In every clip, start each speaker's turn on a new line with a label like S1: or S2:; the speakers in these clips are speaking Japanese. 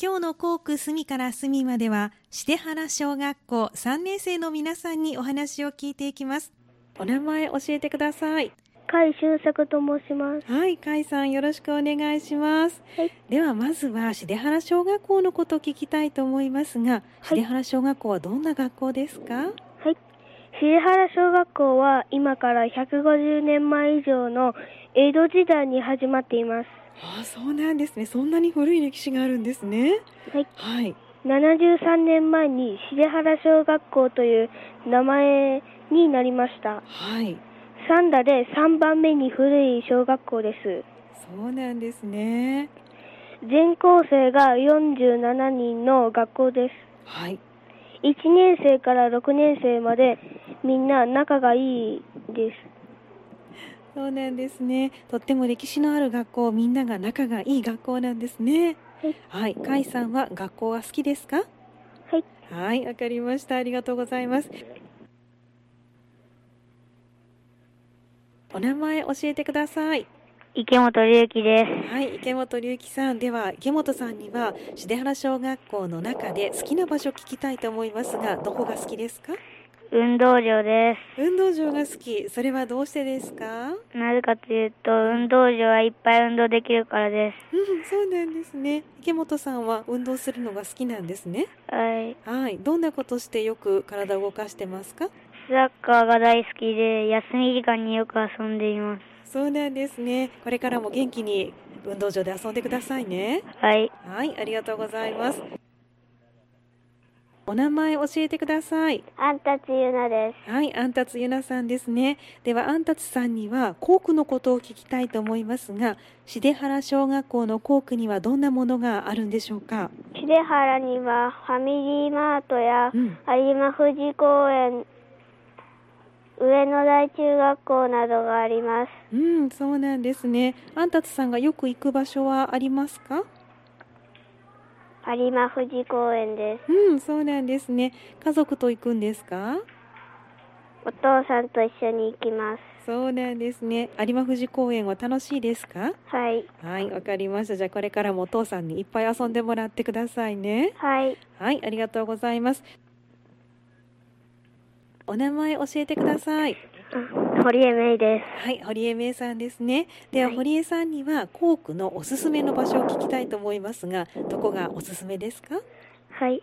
S1: 今日の校区隅から隅まではして原小学校3年生の皆さんにお話を聞いていきますお名前教えてください
S2: 甲斐俊作と申します。
S1: はい甲斐さんよろしくお願いします、
S2: はい
S1: ではまずはして原小学校のことを聞きたいと思いますが、
S2: はい
S1: して原小学校はどんな学校ですか
S2: はい。重原小学校は今から150年前以上の江戸時代に始まっています。
S1: ああそうなんですねそんなに古い歴史があるんですね
S2: はい。
S1: はい
S2: 73年前に重原小学校という名前になりました。
S1: はい
S2: 三田で3番目に古い小学校です。
S1: そうなんですね
S2: 全校生が47人の学校です。
S1: はい
S2: 1年生から6年生までみんな仲がいいです。
S1: そうなんですね。とっても歴史のある学校、みんなが仲がいい学校なんですね。はい、甲斐さんは学校は好きですか。
S2: はい。
S1: はい、わかりました。ありがとうございます。お名前教えてください。
S2: 池本隆之です。
S1: はい、池本隆樹さん、では池本さんには重原小学校の中で好きな場所聞きたいと思いますが、どこが好きですか。
S2: 運動場で
S1: 運動場が好き、それはどうしてですか。
S2: す。なぜかというと、運動場はいっぱい運動できるからで
S1: うん、そうなんですね。池本さんは運動するのが好きなんですね。
S2: す。はい。
S1: はい、どんなことしてよく体を動かしてますか。
S2: サッカーが大好きで、休み時間によく遊んでいます。
S1: そうなんですね。これからも元気に運動場で遊んでくださいね。
S2: はい。
S1: はい、ありがとうございます。お名前教えてください。
S2: あんたちゆなです。
S1: はい、安達ゆなさんですね。では安達さんには校区のことを聞きたいと思いますが、重原小学校の校区にはどんなものがあるんでしょうか。
S2: 秀原にはファミリーマートや
S1: うん、
S2: 有馬富士公園、上野台中学校などがあります。
S1: うん、そうなんですね。安達さんがよく行く場所はありますか。
S2: 有馬富士公園です。
S1: うん、そうなんですね。家族と行くんですか。
S2: お父さんと一緒に行きます。
S1: そうなんですね。有馬富士公園は楽しいですか。
S2: はい。
S1: はい、わかりました。じゃあ、これからもお父さんにいっぱい遊んでもらってくださいね。
S2: はい。
S1: はい、ありがとうございます。お名前教えてください。
S2: 堀江芽衣です。
S1: はい、堀江芽さんですね。では、
S2: はい
S1: 堀江さんには、校区のおすすめの場所を聞きたいと思いますが、どこがおすすめですか。
S2: はい。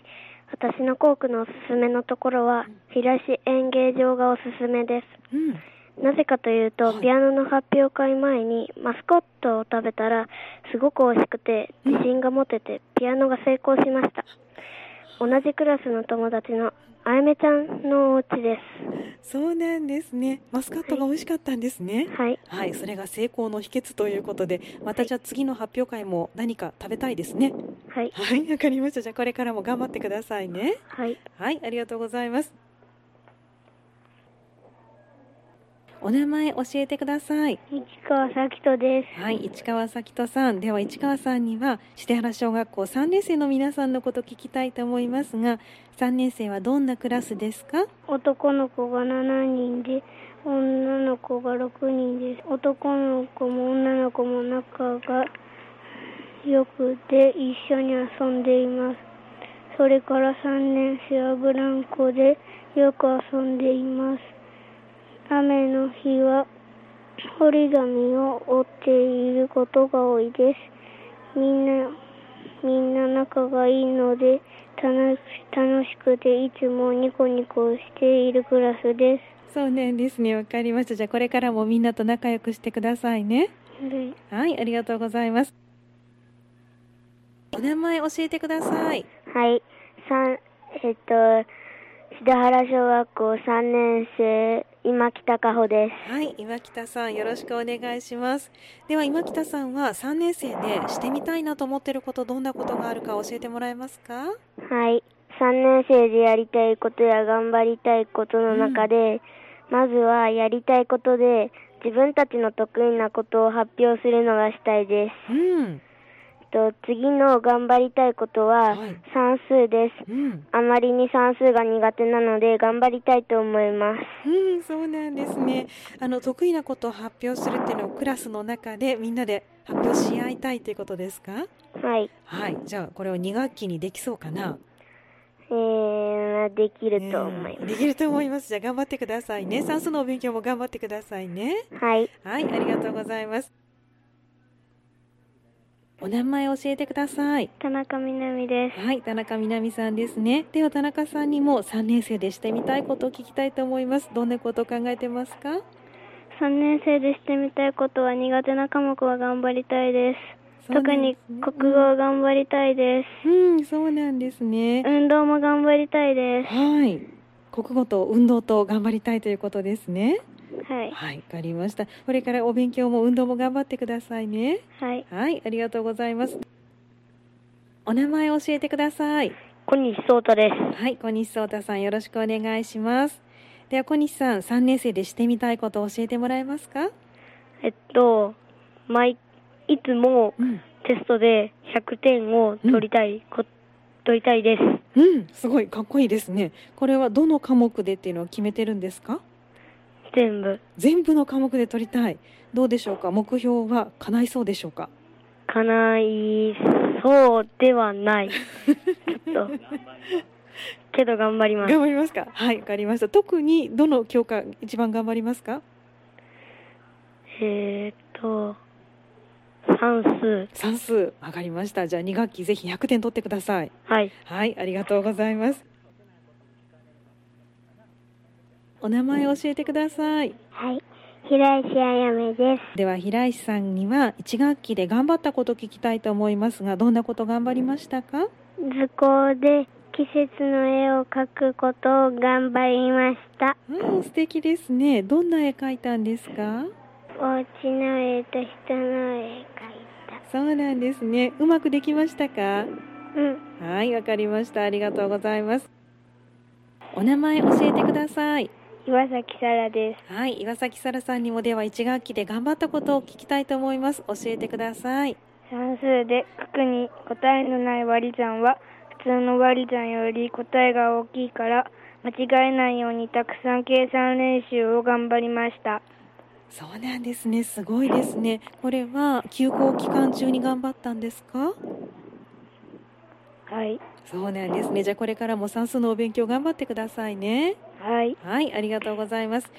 S2: 私の校区のおすすめのところは、東演芸場がおすすめで
S1: うん、
S2: す。なぜかというと、
S1: はい
S2: ピアノの発表会前にマスコットを食べたら、すごく美味しくて、
S1: うん
S2: 自信が持てて、ピアノが成功しました。同じクラスの友達のあやめちゃんのお家で
S1: そうなんですね。マスカットが美味しかったんですね。
S2: す。はい。
S1: はい、それが成功の秘訣ということで、またじゃあ次の発表会も何か食べたいですね。
S2: はい。
S1: はい、 わかりました。じゃあこれからも頑張ってくださいね。
S2: はい。
S1: はい、ありがとうございます。お名前教えてください。
S2: 市川咲人です。
S1: はい、市川咲人さん。では市川さんには、して原小学校3年生の皆さんのこと聞きたいと思いますが、3年生はどんなクラスですか
S2: 男の子が7人で女の子が6人です男の子も女の子も仲が良くて一緒に遊んでいますそれから3年生はブランコでよく遊んでいます雨の日は折り紙を折っていることが多いですみんなみんな仲がいいので楽し楽しくていつもニコニコしているクラスで
S1: そうなんですね。わかりました。じゃあこれからもみんなと仲良くしてくださいね。
S2: す。で
S1: はい、ありがとうございます。お名前教えてください。
S2: はい。三えっと、白原小学校3年生、今北加穂です。
S1: はい、今北さん、よろしくお願いします。では、今北さんは3年生でしてみたいなと思ってること、どんなことがあるか教えてもらえますか
S2: はい。3年生でやりたいことや頑張りたいことの中で、まずはやりたいことで、自分たちの得意なことを発表するのがしたいです。
S1: うん、
S2: えっと、次の頑張りたいこと
S1: は
S2: は
S1: い、
S2: 算数です。
S1: うん、
S2: あまりに算数が苦手なので頑張りたいと思います。
S1: うん、そうなんですね。あの、得意なことを発表するっていうのをクラスの中でみんなで発表し合いたいということですか
S2: はい。
S1: はい。じゃあ、これを2学期にできそうかな、
S2: えー、まあできると思い
S1: うん
S2: ま
S1: できると思います。じゃあ、頑張ってくださいね。算数のお勉強も頑張ってくださいね。
S2: す。はい。
S1: はい、ありがとうございます。お名前教えてください。
S2: 田中みなみです。
S1: はい、田中みなみさんですね。では田中さんにも3年生でしてみたいことを聞きたいと思います。どんなことを考えてますか
S2: 3年生でしてみたいことは苦手な科目は頑張りたいです。特に国語を頑張りたいです。
S1: うん、そうなんですね。
S2: 運動も頑張りたいで
S1: はい。国語と運動と頑張りたいということですね。
S2: す。はい。
S1: はい、わかりました。これからお勉強も運動も頑張ってくださいね。
S2: はい。
S1: はい、ありがとうございます。お名前教えてください。
S2: 小西聡太です。
S1: はい、小西聡太さんよろしくお願いします。では小西さん、3年生でしてみたいことを教えてもらえますか？
S2: えっと、毎、いつも
S1: うん、
S2: テストで100点を取りたい、こ取りたいです。
S1: うん、すごいかっこいいですね。これはどの科目でっていうのを決めてるんですか？
S2: 全部。
S1: 全部の科目で取りたい。どうでしょうか？目標は叶いそうでしょうか？
S2: かないそうでは ない。ちょっと。けど頑張ります。
S1: 頑張りますか？はい、わかりました。特にどの教科一番頑張りますか？
S2: えー、っと、算数。
S1: 算数わかりました。じゃあ2学期ぜひ100点取ってください。
S2: はい。
S1: はい、ありがとうございます。お名前を教えてください。
S2: はい。平石あやめです。
S1: では平石さんには1学期で頑張ったこと聞きたいと思いますが、どんなこと頑張りましたか？
S2: 図工で季節の絵を描くことを頑張りました。
S1: うん、素敵ですね。どんな絵描いたんですか？
S2: お家の絵と人の絵描いた。
S1: そうなんですね。うまくできましたか？
S2: うん。
S1: はい、わかりました。ありがとうございます。お名前教えてください。
S2: 岩崎沙羅です。
S1: はい、岩崎沙羅さんにもでは1学期で頑張ったことを聞きたいと思います。教えてください。
S2: 算数で区区に答えのない割り算は普通の割り算より答えが大きいから間違えないようにたくさん計算練習を頑張りました
S1: そうなんですね。すごいですね。これは休校期間中に頑張ったんですか？
S2: はい
S1: そうなんですね。じゃあこれからも算数のお勉強頑張ってくださいね。
S2: はい
S1: はい、ありがとうございます。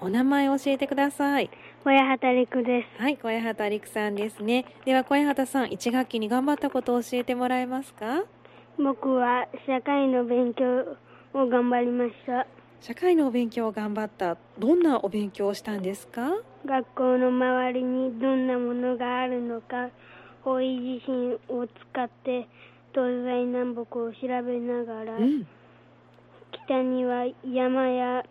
S1: お名前教えてください。
S2: 親畑陸です
S1: はい、小谷畑陸さんですね。では小谷畑さん、1学期に頑張ったことを教えてもらえますか？
S2: 僕は社会の勉強を頑張りました
S1: 社会のお勉強を頑張った。どんなお勉強をしたんですか？
S2: 学校の周りにどんなものがあるのか方位地震を使って東西南北を調べながら、
S1: うん、
S2: 北には山や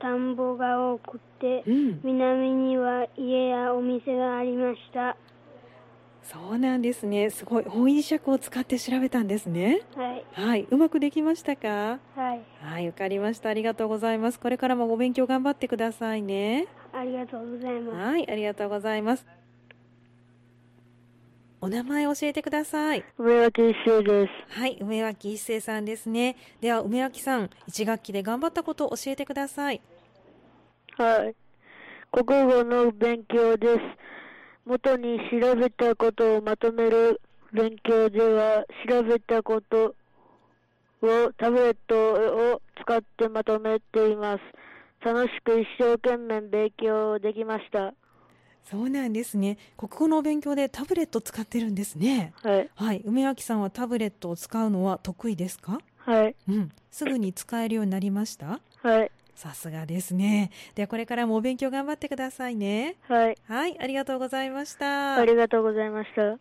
S2: 田んぼが多くて
S1: うん。
S2: 南には家やお店がありました
S1: そうなんですね。すごい方位磁石を使って調べたんですね。
S2: はい
S1: はい、うまくできましたか。
S2: はい
S1: はい、わかりました。ありがとうございます。これからもご勉強頑張ってくださいね。
S2: ありがとうございます
S1: はい、ありがとうございます。お名前教えてください。
S2: 上脇一生です
S1: はい、梅脇一生さんですね。では梅脇さん、一学期で頑張ったことを教えてください。
S2: はい国語の勉強です元に調べたことをまとめる勉強では調べたことをタブレットを使ってまとめています楽しく一生懸命勉強できました
S1: そうなんですね。国語のお勉強でタブレット使ってるんですね。
S2: はい
S1: はい、梅脇さんはタブレットを使うのは得意ですか？
S2: はい
S1: うん、すぐに使えるようになりました。
S2: はい
S1: さすがですね。ではこれからもお勉強頑張ってくださいね。
S2: はい
S1: はい、ありがとうございました。
S2: ありがとうございました。